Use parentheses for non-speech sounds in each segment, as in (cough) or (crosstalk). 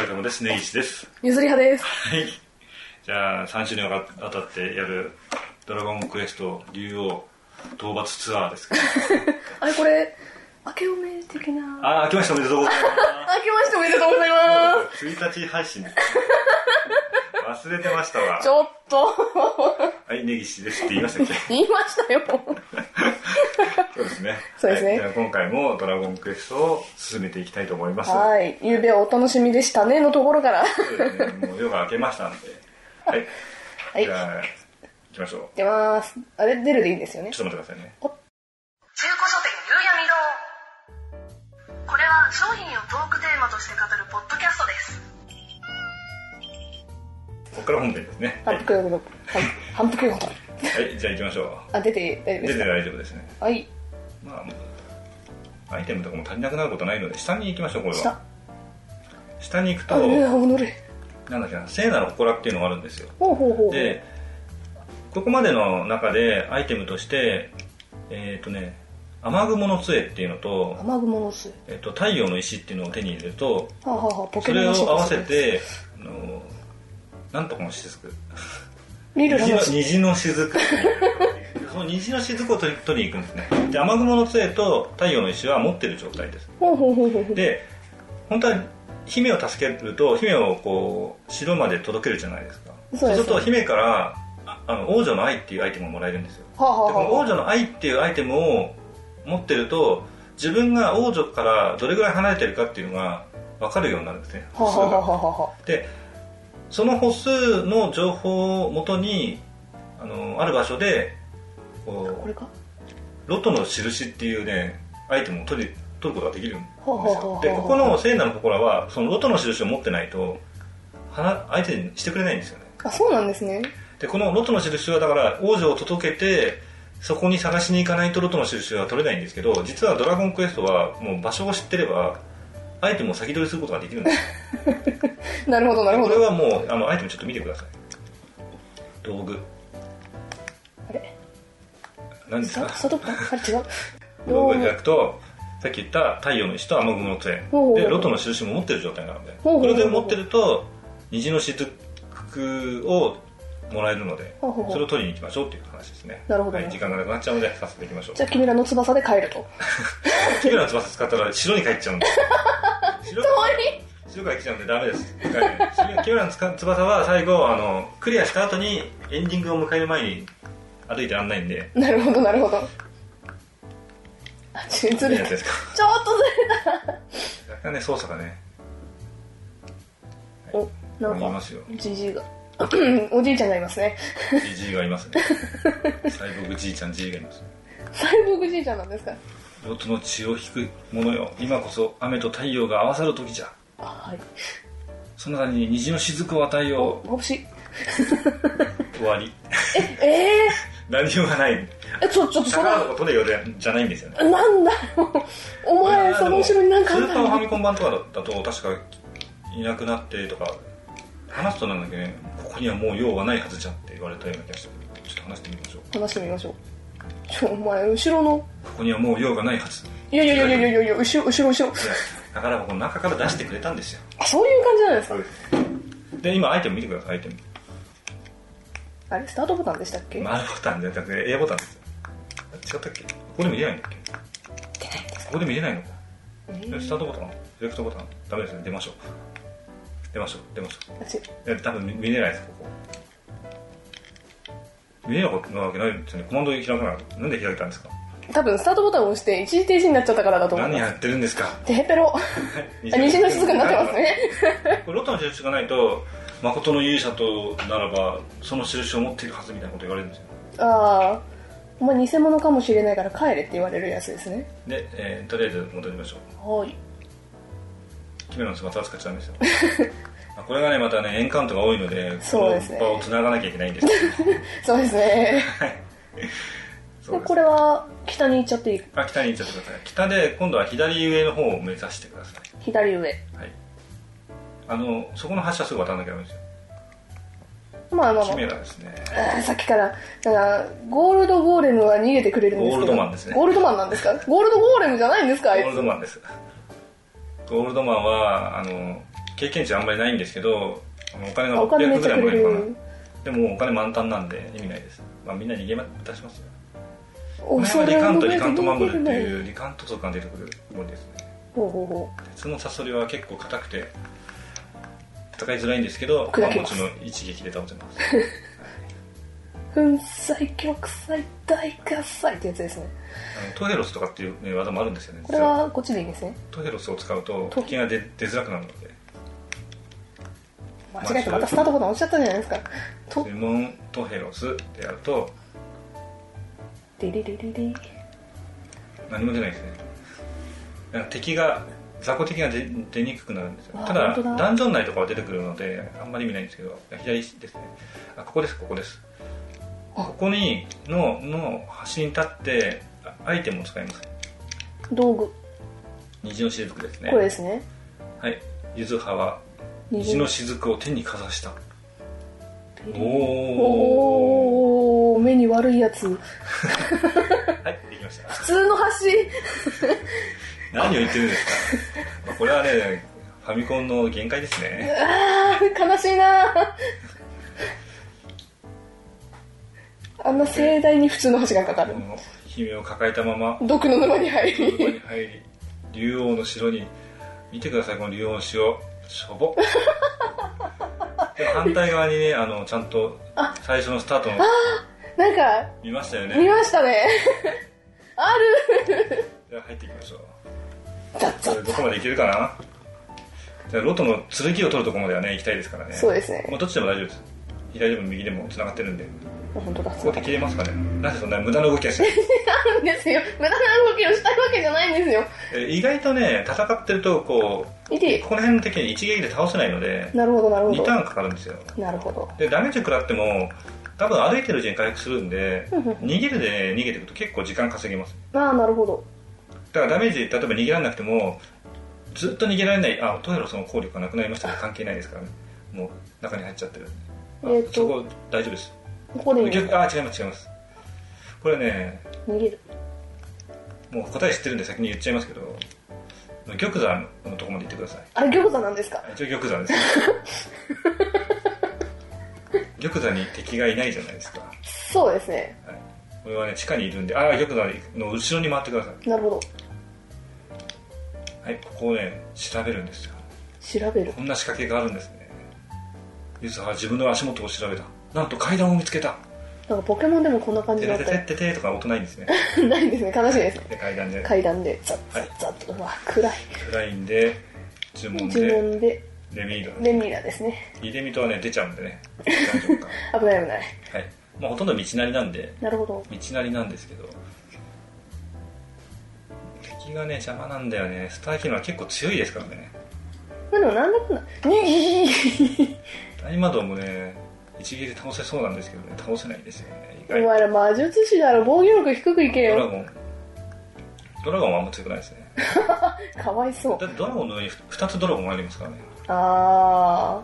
れ様です根岸ですゆずりはです。はいじゃあ3週にわたってやる「ドラゴンクエスト竜王討伐ツアー」ですけどあれこれ、明けおめ的な。ああ明けましておめでとうござい明けましておめでとうございまます1日配信です忘れてましたわす。ちょっと、はい根岸ですって言いました (laughs) っけ言いましたよ。そうですねそうですねはいじゃあ今回も「ドラゴンクエスト」を進めていきたいと思いますはい。ゆうべはお楽しみでしたね、のところから。そうですねもう夜が明けましたんではい、はい。じ行ゃあ行きましょうきます。あれ、出るでいいんですよねち。ょっと待ってくださいね中古書店ゆうやみ堂これは商品をトークテーマとして語るポッドキャストですここから本編ですねは反い、復横跳び。反反復横跳び。はい、じゃあ行きましょうあ、出て大丈出夫でてすか大丈夫ですねはい。まあもうアイテムとかも足りなくなることはないので下に行きましょうこれは下。下に行くあ、うとわ、踊る。なんだっけな聖なる祠っていうのがあるんですよほうほうほう。でここまでの中でアイテムとしてえっ、とね雨雲の杖っていうのと,、雨雲の巣。えっと太陽の石っていうのを手に入れるとはあ、はあはあ、ポそケモンれをの合わせ。てあのなんとかの雫見るの虹の話。虹の雫 (laughs) その虹の雫を取り取りに行くんですねで雨雲の杖と太陽の石は持ってる状態ですほうほうほうほうほう。で本当は姫を助けると姫をこう城まで届けるじゃないですかそうですすると姫からああの王女の愛っていうアイテムをもらえるんですよではあはこあの王は女の愛っていうアイテムを持ってると自分が王女からどれぐらい離れてるかっていうのが分かるようになるんですねあ。はあはあはあはあ。でその歩数の情報をもとにあのある場所でここうれかロトの印っていうねアイテムを取り取ることができるんですはあはあはあはよあでここの聖なる祠はそのロトの印を持ってないとは相手にしてくれないんですよねあ、そうなんですね。でこのロトの印はだから王女を届けてそこに探しに行かないとロトの印は取れないんですけど実は「ドラゴンクエスト」はもう場所を知ってればアイテムを先取りすることができるんですよなるほど、なるほこれど。はもうあのアイテムちょっと見てください道具あれ何ですさか里っぽあれ違う。道具を開くとさっき言った太陽の石と雨雲の杖ほうほうほうでロトの印も持ってる状態なのでほうほうこほうれで持ってると虹の雫をもらえるのでほうほうほうそれを取りに行きましょうっていう話ですねなるほどはい、時間がなくなっちゃうのでさっさと行きましょうじゃあ、君らの翼で帰ると。キラの翼使ったら白に帰っちゃうん (laughs) で白白から来ちゃうんでダメ (laughs) ですキラの翼は最後あのクリアした後にエンディングを迎える前に歩いてらんないんでなるほど、なるほど。あ、ちょっとずいいれやつでた。ちょっすかとずれ若干ね操作がねた。お、ないんまか、すよじじいが。 (clears throat) おじいちゃんがいますね。じいがいますねサイボーグじいちゃんじいがいますサイボーグじいちゃんなんですかロトの血を引くものよ今こそ雨と太陽が合わさる時じゃあ、はい。その中に虹の雫を与えよ眩しい。う終わりええ何もがないー、え、ちょ、ちょっとそ宝の、箱取れようでじゃないんですよねなんだよ。お前、その後ろになんかあスっーたパーファのミコン版とかだと確かいなくなってとか話すとなんだっけねここにはもう用はないはずじゃんって言われたような気がしてちょっと話してみましょう話してみましょう。ちょ、お前、後ろの。ここにはもう用がないはずいやいやいやいやいやいや、後ろ、後ろ、後ろ。で宝箱の中から出してくれたんですよあ、そういう感じじゃないですか。で今アイテム見てくださいアイテムあれ、スタートボタンでしたっけ丸ボタンじゃなくて A ボタンですよ違ったっけここで見れないんだっけここで見れないのかええスータートボタンセレクトボタンダメですね出ましょう出ましょう出ましょうあちいや多分見見れないですここ見れなかったわけないですよねコマンド開かなかったなんで開けたんですか多分スタートボタンを押して一時停止になっちゃったからだと思い何まやすってるんです (laughs) かテヘペロあ虹の雫になってますね (laughs) (laughs) これロトの印がないと誠の勇者とならばその印を持っているはずみたいなこと言われるんですよああお前偽物かもしれないから帰れって言われるやつですねで、えーとりあえず戻りましょうはいキメラの翼使っちゃダメですよ (laughs) あこれがねまたねエンカウントが多いのでそうですねこの場を繋がなきゃいけないんです (laughs) けどそうですねそうですこれは北に行っちゃっていいあ北に行っちゃってください北で今度は左上の方を目指してください左上はい、あのそこの橋はすぐ渡らなきゃダメですよまあまあまキメラですねああーさっきからなんかゴールドゴーレムは逃げてくれるんですけどゴールドマンですねゴールドマンなんですかゴールドゴーレムじゃないんですかゴあいールつドマンですゴールドマンはあの経験値あんまりないんですけどあのお金があお金め600っぐちらゃいくもらえれるかるなでもお金満タンなんで意味ないです、まあ、みんな逃げ渡しますよこおの辺はリカントリカントマング覚ルえてってないいうリカント族が出てくるものですねほうほうほう鉄のサソリは結構硬くて戦いづらいんですけど砕まあけもますちろん一撃で倒せます粉砕極砕大喝采ってやつですねあのトヘロスとかっていう、ね、技もあるんですよねこれはこっちでいいんですね実はトヘロスを使うとト敵が出出づらくなるので間違えてまたスタートボタン押しちゃったんじゃないですかと呪文トヘロスってやるとデリリリリ何も出ないですねなんか敵が雑魚敵が出出にくくなるんですよあーただ本当だダンジョン内とかは出てくるのであんまり見ないんですけど左ですねあここですここですあここにのの端に立ってあアイテムを使います道具虹の雫ですねこれですねはいゆずはは虹の雫を手にかざしたデリリおリおおお目に悪いやつはいできました普通の何を言ってるん (laughs) ですかまあこれはねファミコンの限界ですね橋あー悲しいなあんな盛大に普通の橋がかかるこの姫を抱えたまま毒の沼に入ここにり入り竜王の城に見てくださいこの竜王の城しょ (laughs) ぼで反対側にねあのちゃんと最初のスタートのなんか見ましたよ見ねましたねあるじゃあ入っていきましょうザッザこれッどこまでいけるかなじゃあロトの剣を取るとこまではね行きたいですからねそうですねもうどっちでも大丈夫です左でも右でも繋がってるんであ本当だここで切れますかねなんでそんな無駄な動きはしないなんですよ (laughs) 無駄な動きをしたいわけじゃないんですよえ意外とね戦ってるとこう見てこの辺の敵に一撃で倒せないのでなるほどなるほ2タどーンかかるんですよなるほどでダメージ食らっても多分歩いてるうちに回復するんでうんうん逃げるで、ね、逃げていくと結構時間稼ぎますああなるほどだからダメージ例えば逃げられなくてもずっと逃げられないあトヘロその効力がなくなりましたから関係ないですからねもう中に入っちゃってるあえーとそこ大丈夫ですここでいいんです逆かあ違います違いますこれね逃げるもう答え知ってるんで先に言っちゃいますけど玉座のとこまで行ってくださいあれ餃子なんですか一応玉座 (laughs) ですね玉座に敵がいないじゃないですかそうですねこれはね地下にいるんでああ玉座の後ろに回ってくださなるほどいはいここをね調べるんですよ調べるこんな仕掛けがあるんですねゆずは自分の足元を調べたなんと階段を見つけたなんかポケモンでもこんな感じてだれってたてよっててとか音ないんですね (laughs) ないんですね悲しいですねで階段で階段でザッザッザッとうわ暗い暗いんで呪文注で文でレミーレミーラですねドイデミとはね出ちゃうんでね大丈夫か危ない危ないはいまあほとんど道なりなんでなるほど道なりなんですけど敵がね邪魔なんだよねスター機能は結構強いですからねまあでもなんだかんだ (laughs) にー大魔道もね一撃で倒せそうなんですけどね倒せないですよね意外とお前ら魔術師だろ防御力低くいけドラよゴンドラゴンはあんま強くないですねかわいそうだってドラゴンの上に2つドラゴンがありますからねあ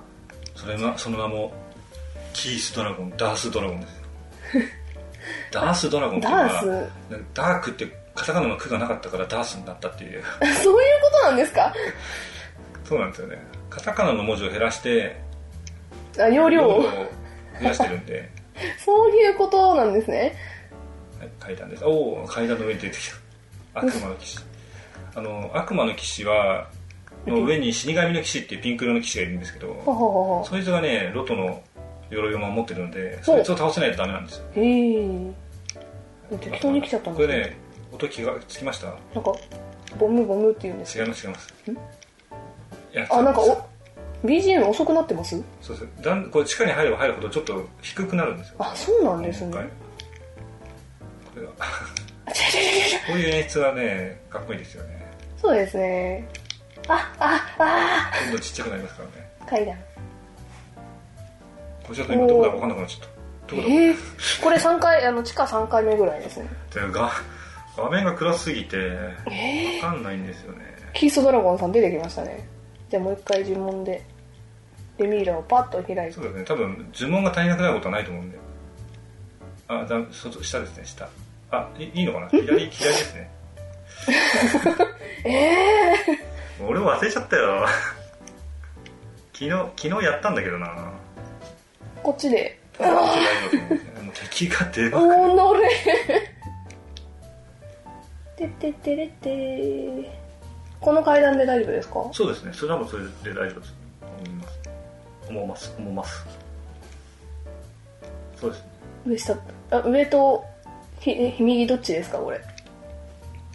それがその名もキースドラゴンダースドラゴンですよダースドラゴンーってダいうのはーなんかダークってカタカナの「ク」がなかったからダースになったっていうス (laughs) そういうことなんですかそうなんですよねカタカナの文字を減らしてあ容量を増やしてるんで、そういうことなんですねはい、階段ですおお階段の上に出てきた悪魔の騎士あの悪魔の騎士はの上に死神の騎士っていうピンク色の騎士がいるんですけほどほほほそいつがねロトの鎧を守ってるのでそいつを倒せないとダメなんですよへえ適当に来ちゃったんこでれすねね音聞がつきましたなんかボムボムって言うんです違います違いますんいやあなんかお BGM 遅くなってますそうそうだんこれ地下に入れば入るほどちょっと低くなるんですよあそうなんですね今回これはあ違う違う違う違うこういう演出はねかっこいいですよねそうですねあああどんどんちっちゃくなりますからねあ階段これちょっと今どこだか分かんなくなっちゃったどこだええこれ3回あの地下3回目ぐらいですねてかが画面が暗すぎてえ分えかんないんですよねキーストドラゴンさん出てきましたねじゃあもう一回呪文でレミーラをパッと開いてそうだね多分呪文が足りなくなることはないと思うんであだ外下ですね下あいいい (laughs) のかな左左ですねええ俺も忘れちゃったよ昨日昨日やったんだけどなこっちで大丈夫もう敵が出まくるおのれてってってれってこの階段で大丈夫ですかそうですねそれはもうそれで大丈夫です思います思います思いますそうですね上下あ上とひひ右どっちですかこれ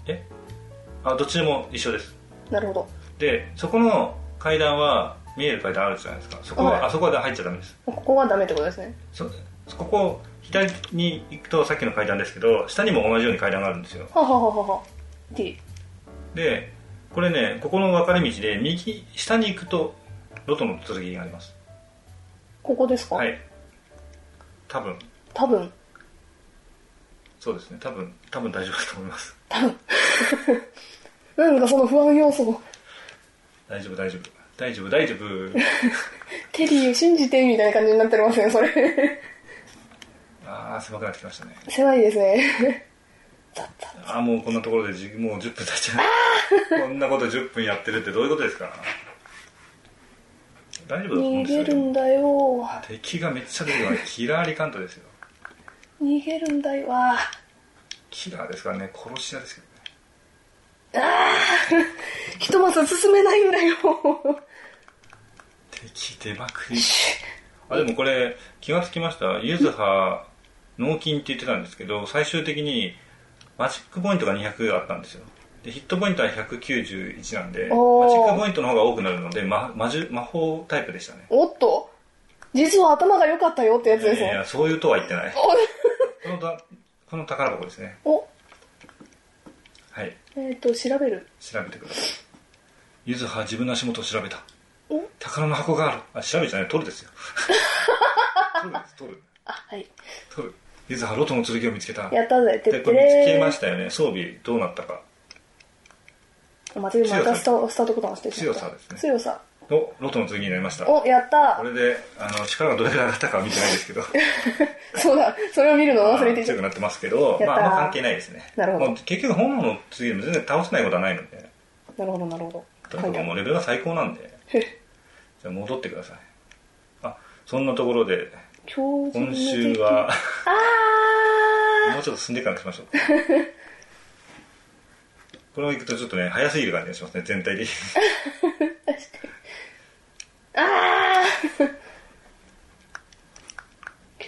えあどっちでも一緒ですなるほどでそこの階段は見える階段あるじゃないですかそこは、はいあそこは入っちゃダメですここはダメってことですねそここ左に行くとさっきの階段ですけど下にも同じように階段があるんですよははははは D でこれねここの分かれ道で右下に行くとロトの剣がありますここですか、はい多分多分そうですね多分多分大丈夫だと思いますなんかその不安要素大丈夫大丈夫大丈夫大丈夫 (laughs) テリーを信じてみたいな感じになってますねそれ (laughs) ああ狭くなってきましたね狭いで (laughs) すねだったああもうこんなところでじもう10分経っちゃうこんなこと10分やってるってどういうことですか大丈夫だと思うん逃ですよげるんだよ敵がめっちゃ出てくるキラーリカントですよ逃げるんだよわあキラーですからね殺し屋ですけどねひとまず進めないんだよ敵出まくりあでもこれ気がつきましたゆずは脳筋って言ってたんですけど最終的にマジックポイントが200あったんですよでヒットポイントは191なんでマジおーックポイントの方が多くなるので、ま、魔術魔法タイプでしたねおっと実は頭が良かったよってやつですいやいねやそういうとは言ってないこのだこの宝箱ですねおはいえっ、と調べる調べてくださいゆずは自分の足元を調べたお宝の箱があるあ調べじゃない取る (laughs) ですよ取るです取るあはい取るゆずはロトの剣を見つけたやったぜてでっこてれ見つけれましたよね装備どうなったかー待ってまたスタスタートボタン押してしまった強さですね強さおロトの剣になりましたこおやったれであの力がどれくらい上がったかは見てないですけ (laughs) どそうだそれを見るの忘れていた強くなってますけどやったーまああんま関係ないですねなるほどもう結局本能の剣でも全然倒せないことはないのでなるほどなるほとどにはかいくもうレベルが最高なんでへっじゃあ戻ってくださいあそんなところで強靭な今敵週はあーもうちょっと進んでからしま (laughs) しょうこれをいくとちょっとね早すぎる感じがしますね全体的にあー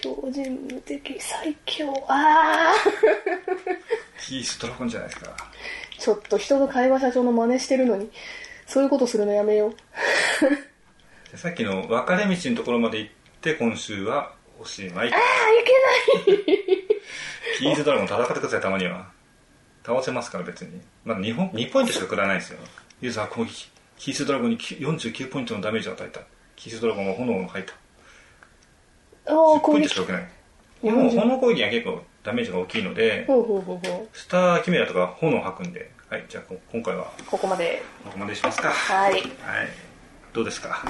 (laughs) 強靭無敵最強あーキーストラゴンじゃないですかちょっと人が会話社長の真似してるのにそういうことするのやめようでさっきの分かれ道のところまで行って今週はおしまいあーいけないキースドラゴン戦ってくださいたまには倒せますから別にまだ 2, 本2ポイントしか食らわないんですよユーザー攻撃キースドラゴンにき49ポイントのダメージを与えたキースドラゴンは炎を吐いたお10ー攻ポイント撃しか食らない40炎炎攻撃は結構ダメージが大きいのでほうほうほうほスターキメラとか炎を吐くんではいじゃあこ今回はうここまでここまでしますかははいいどうですか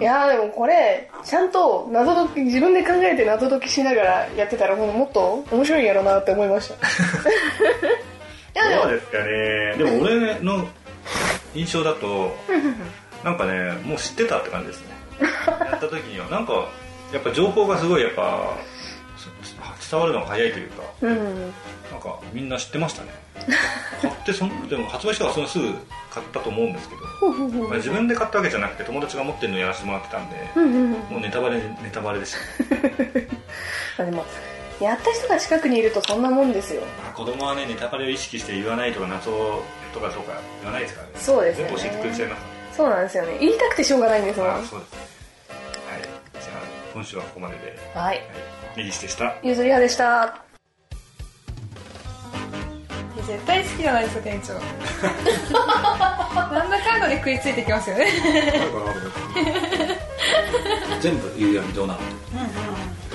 いやーでもこれちゃんと謎解き自分で考えて謎解きしながらやってたらもうもっと面白いんやろなって思いましたい (laughs) やでもどうですかねでも俺の印象だとなんかねもう知ってたって感じですねやった時にはなんかやっぱ情報がすごいやっぱつ伝わるのが早いというかうんなんかみんな知ってましたね買ってそんでも発売してからそのすぐ買ったと思うんですけど、ほうほうほうまあ自分で買ったわけじゃなくて友達が持ってるのをやらせてもらってたんでうんうんうんもうネタバレネタバレでしたね、あでもやった人が近くにいるとそんなもんですよまあ子供はねネタバレを意識して言わないとか謎とかそうか言わないですからねそうですよね全部教えてくれちゃいますそうなんですよね言いたくてしょうがないんですもんあそうですねはいじゃあ今週はここまでで、はい、はい根岸でしたゆずりはでした絶対好きじゃないですか店長なんだかんだで食いついてきますよね全部言うようにどうなの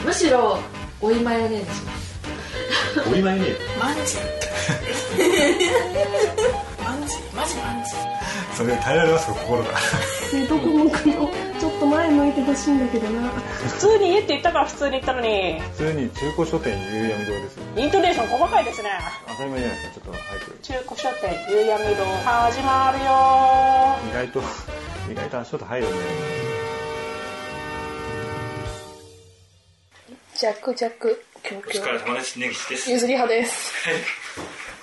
むしろ追いマヨネーズお祝いねマンジマンジマジマンジそれ耐えられますか心がどこ向くのちょっと前向いてほしいんだけどな普通に家って言ったから普通に言ったのに普通に中古書店夕闇堂ですイントネーション細かいですね当たり前じゃないですかちょっと早く中古書店夕闇堂始まるよ (laughs) 意外と意外と足音入るねジャックジャック強お疲強れ様です根岸です譲り派ですはい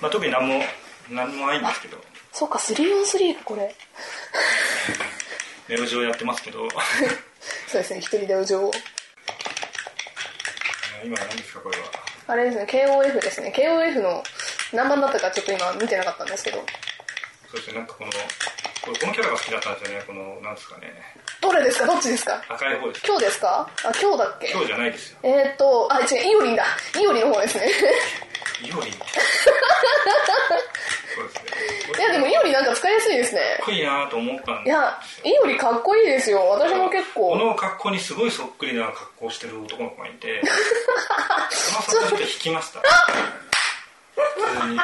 まあ特に何も何もないんですけどそうか343かこれメロ上やってますけ (laughs) どそうですね一人でお嬢を今何ですかこれはあれですね KOF ですね KOF の何番だったかちょっと今見てなかったんですけどそうですねなんかこのこれこのキャラが好きだったんですよねこのなんですかねどれですかどっちですか赤い方です今日ですかあ今日だっけ今日じゃないですよえーっとあ違うイオリンだイオリンの方ですね (laughs) イオリンそうですねいやでもイオリンなんか使いやすいですねかっこいいなと思ったんいでやイオリンかっこいいですよ私も結こ構の格好にすごいそっくりな格好をしてる男の子がいてその作品で引きました普通にいや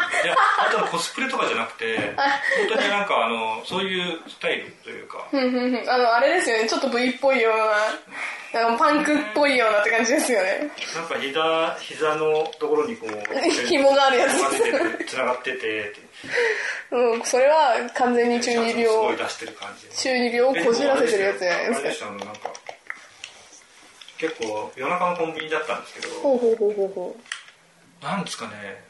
あとのコスプレとかじゃなくて本当になんかあのそういうスタイルというかうんうんうんあのあれですよねちょっと V っぽいようなあのパンクっぽいようなって感じですよねなんか膝膝のところにこう (laughs) 紐があるやつつながっててうんそれは完全に中二病すごい出してる感じ中二病をこじらせてるやつじゃないあれでですしたあのなんか結構夜中のコンビニだったんですけかどほうほうほうほうほなんですかね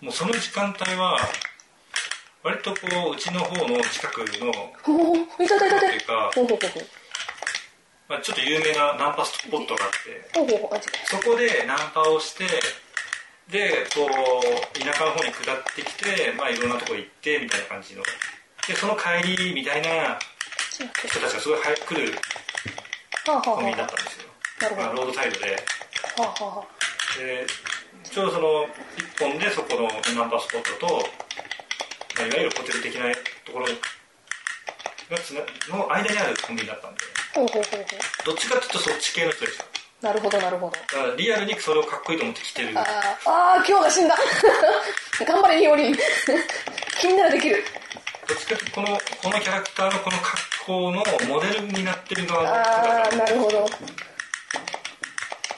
もうその時間帯は割とこううちの方の近くの、うほうほういたいたいたいたっていうかほうほうほうほうまあ、ちょっと有名なナンパスポットがあってほうほうほうあ違うそこでナンパをしてでこう田舎の方に下ってきて、まあ、いろんなとこ行ってみたいな感じのでその帰りみたいなちょっと待人たちがすごい早く来るってはあはコンビニあだっはたんですよ、なるほどまあ、ロードサイドであはあはあで一応その一本でそこのナンパスポットと、まあ、いわゆるホテル的なところがつなの間にあるコンビニだったんでほうほうほうほどっちかっていうとそっち系の人でしたうなるほどなるほどだからリアルにそれをかっこいいと思って着てるあーあー今日が死んだ頑張れイオリン君ならできるどっちかっていうとこのこのキャラクターのこの格好のモデルになってる側の人だあかあらなるほど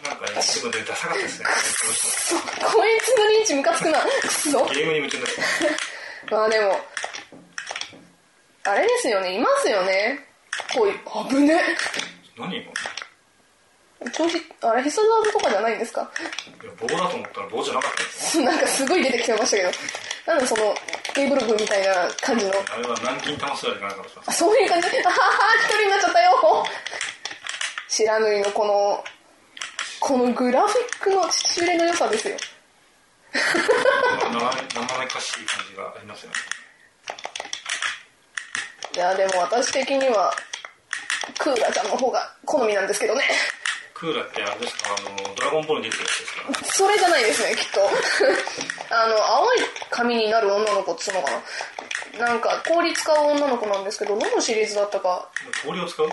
なんかね一部でダサかったですねそこいつの認知ムカつくなくそゲームに夢中になってまあでも、あれですよね、いますよね。こう、危ね。何今いや調子、あれ、必殺技とかじゃないんですか (laughs) 棒だと思ったら棒じゃなかったんですよなんかすごい出てきてましたけど。なんでその、ケーブル部みたいな感じの。あれは軟禁玉すらいかなかったあそういう感じ。 (laughs) あはは、一人になっちゃったよ。知らぬいのこの、このグラフィックの父入れの良さですよ。生々かしい感じがありますよねいや、でも私的には、クーラちゃんの方が好みなんですけどね。クーラってあれですかあのドラゴンボールに出てるやつですかそれじゃないですね、きっと。 (laughs) あの、青い髪になる女の子っつうのかな。なんか、氷使う女の子なんですけど、どのシリーズだったか。氷を使う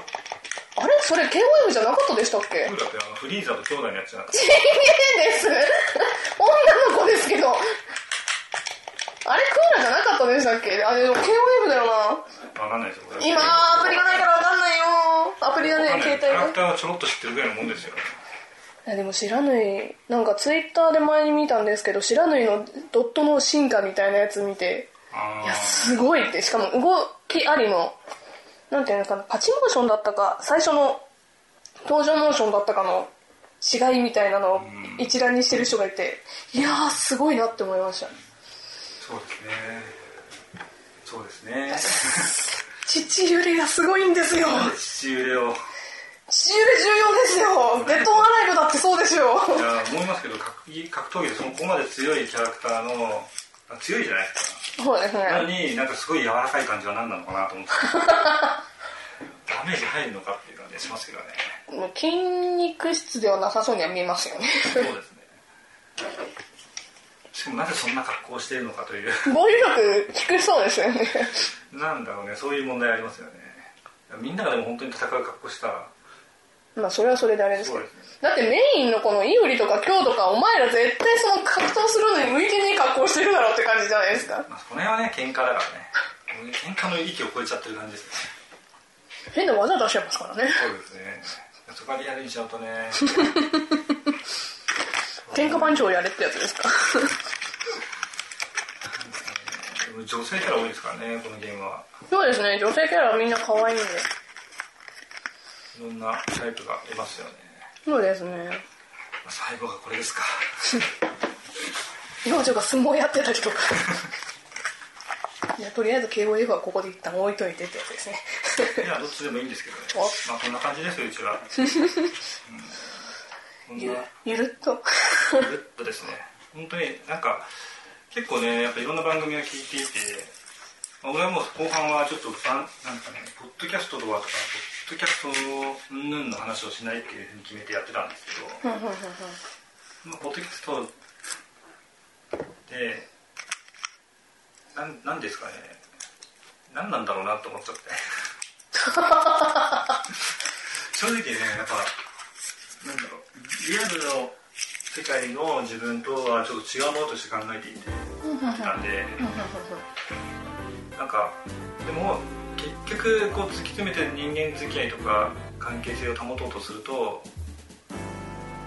あれそれ KOM じゃなかったでしたっけ違クうーラってあのフリーザと兄弟のやつじゃなくてです。女の子ですけど。あれクーラじゃなかったでしたっけあれ、でも KOM だよな。分かんないですよこれ今、アプリがないからわかんないよ。アプリがわかんね、ない携キャラ帯クが。ターはちょろっと知ってるぐらいのもんですよいや、でも知らぬい、なんかツイッターで前に見たんですけど、知らぬいのドットの進化みたいなやつ見て、あいや、ーすごいって、しかも動きありの、なんていうのかな、パチモーションだったか、最初の登場モーションだったかの違いみたいなのを一覧にしてる人がいて、いやー、すごいなって思いました。そうですねそうですね父揺れがすごいんですよ。父腕を父揺れ重要ですよ。デッドオンアライブだってそうですよ。いや思いますけど格格闘技でそこまで強いキャラクターのあ強いじゃないですそうですかなのね。になんかすごい柔らかい感じは何なのかなと (laughs) 思ってダメージ入るのかっていう感じがしますけどねもう筋肉質ではなさそうには見えますよね。そうですねしかもなぜそんな格好をしているのかという防御力低そうですよね。なんだろうね、そういう問題ありますよね。みんながでも本当に戦う格好したら、まあそれはそれであれですけどそうですねだってメインのこのイオリとか今日とかお前ら絶対その格闘するのに向いてねえ格好してるだろうって感じじゃないですかまあ、この辺はね、喧嘩だからね、もうね喧嘩の域を超えちゃってる感じですね。変な技出しちゃいます (laughs) からねそうですね。そこはリアルにしちゃうとね、喧嘩番長やれってやつですか女性キャラ多いですからね、このゲームは。そうですね女性キャラはみんな可愛いんでいろんなタイプがいますよね。そうですね最後がこれですか幼女が相撲やってたりとかいやとりあえず KOF はここで一旦置いといてってやつですねいやどっちでもいいんですけどねおまあこんな感じですようちは、うん、こんゆなゆるっと (laughs) ぐっとですね本当になんか結構ねやっぱいろんな番組を聞いていて、まあ俺はもう後半はちょっとばんなんかねポッドキャストとはとかポッドキャストうんぬんの話をしないっていうふうに決めてやってたんですけど、まあ、ポッドキャストでなんなんですかね何なんだろうなと思っちゃって正直ねやっぱなんだろうリアルの世界の自分とはちょっと違うものとして考えていてきたんでなんかでも結局こう突き詰めて人間付き合いとか関係性を保とうとすると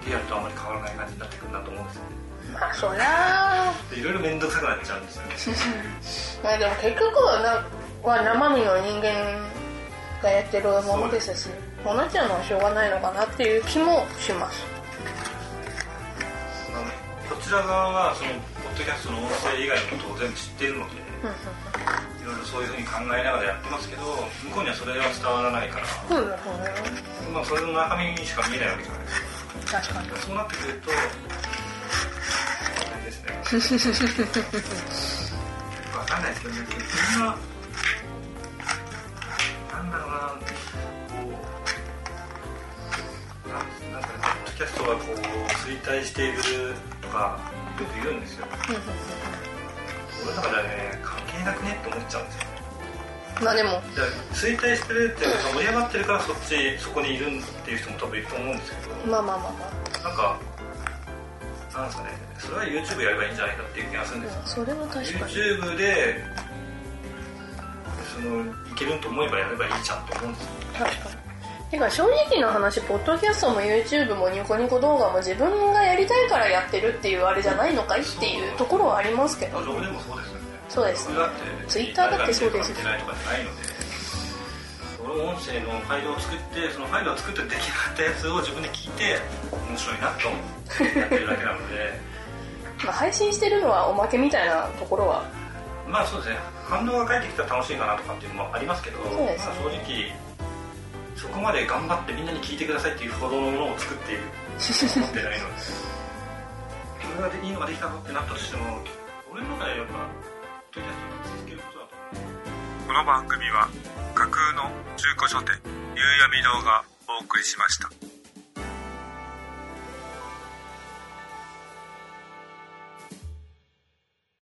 リアルとあまり変わらない感じになってくるなと思うんですよねまあそりゃあでいろいろ面倒くさくなっちゃうんですよねまあでも結局はなは生身の人間がやってるものですしこうなっちゃうのはしょうがないのかなっていう気もしますあのこちら側はそのポッドキャストの音声以外のことを全部知っているのでいろいろそういうふうに考えながらやってますけど向こうにはそれは伝わらないから、そうだそうだよまあ、それの中身しか見えないわけじゃないですか確かにそうなってくると、大変ですね。わかんないですけどね、そんな、なんだろうな、こう、なんなんかね、ポッドキャストがこう、衰退しているとか、よく言うんですよ。俺の中ではね、関係なくねって思っちゃうんですよね。まあでもだから衰退してるっていうか、盛り上がってるから、そっち、そこにいるっていう人も多分いると思うんですけど。まあまあまあまなんか、なんですかね、それは YouTube やればいいんじゃないかっていう気がするんですよあ。それは確かに YouTube で、その、いけると思えばやればいいじゃんと思うんですよ。確かにてか正直な話ポッドキャストも YouTube もニコニコ動画も自分がやりたいからやってるっていうあれじゃないのかいっていうところはありますけどまあ、どこでもそうですよね。そうですねだって、 Twitter だってそうですし。見てないとかじゃないので、俺も音声のファイルを作って、そのファイルを作って出来上がったやつを自分で聞いて、面白いなと思ってやってるだけなの (laughs) で、まあ配信してるのはおまけみたいなところはまあそうですね反応が返ってきたら楽しいかなとかっていうのもありますけど、うですねまあ、正直そこまで頑張ってみんなに聞いてくださいっていうほどのものを作っている思ってないのでこれがでいいのができたぞってなったとしても俺の中ではやっぱポッドキャストを続けることだとこの番組は架空の中古書店夕闇堂がお送りしました。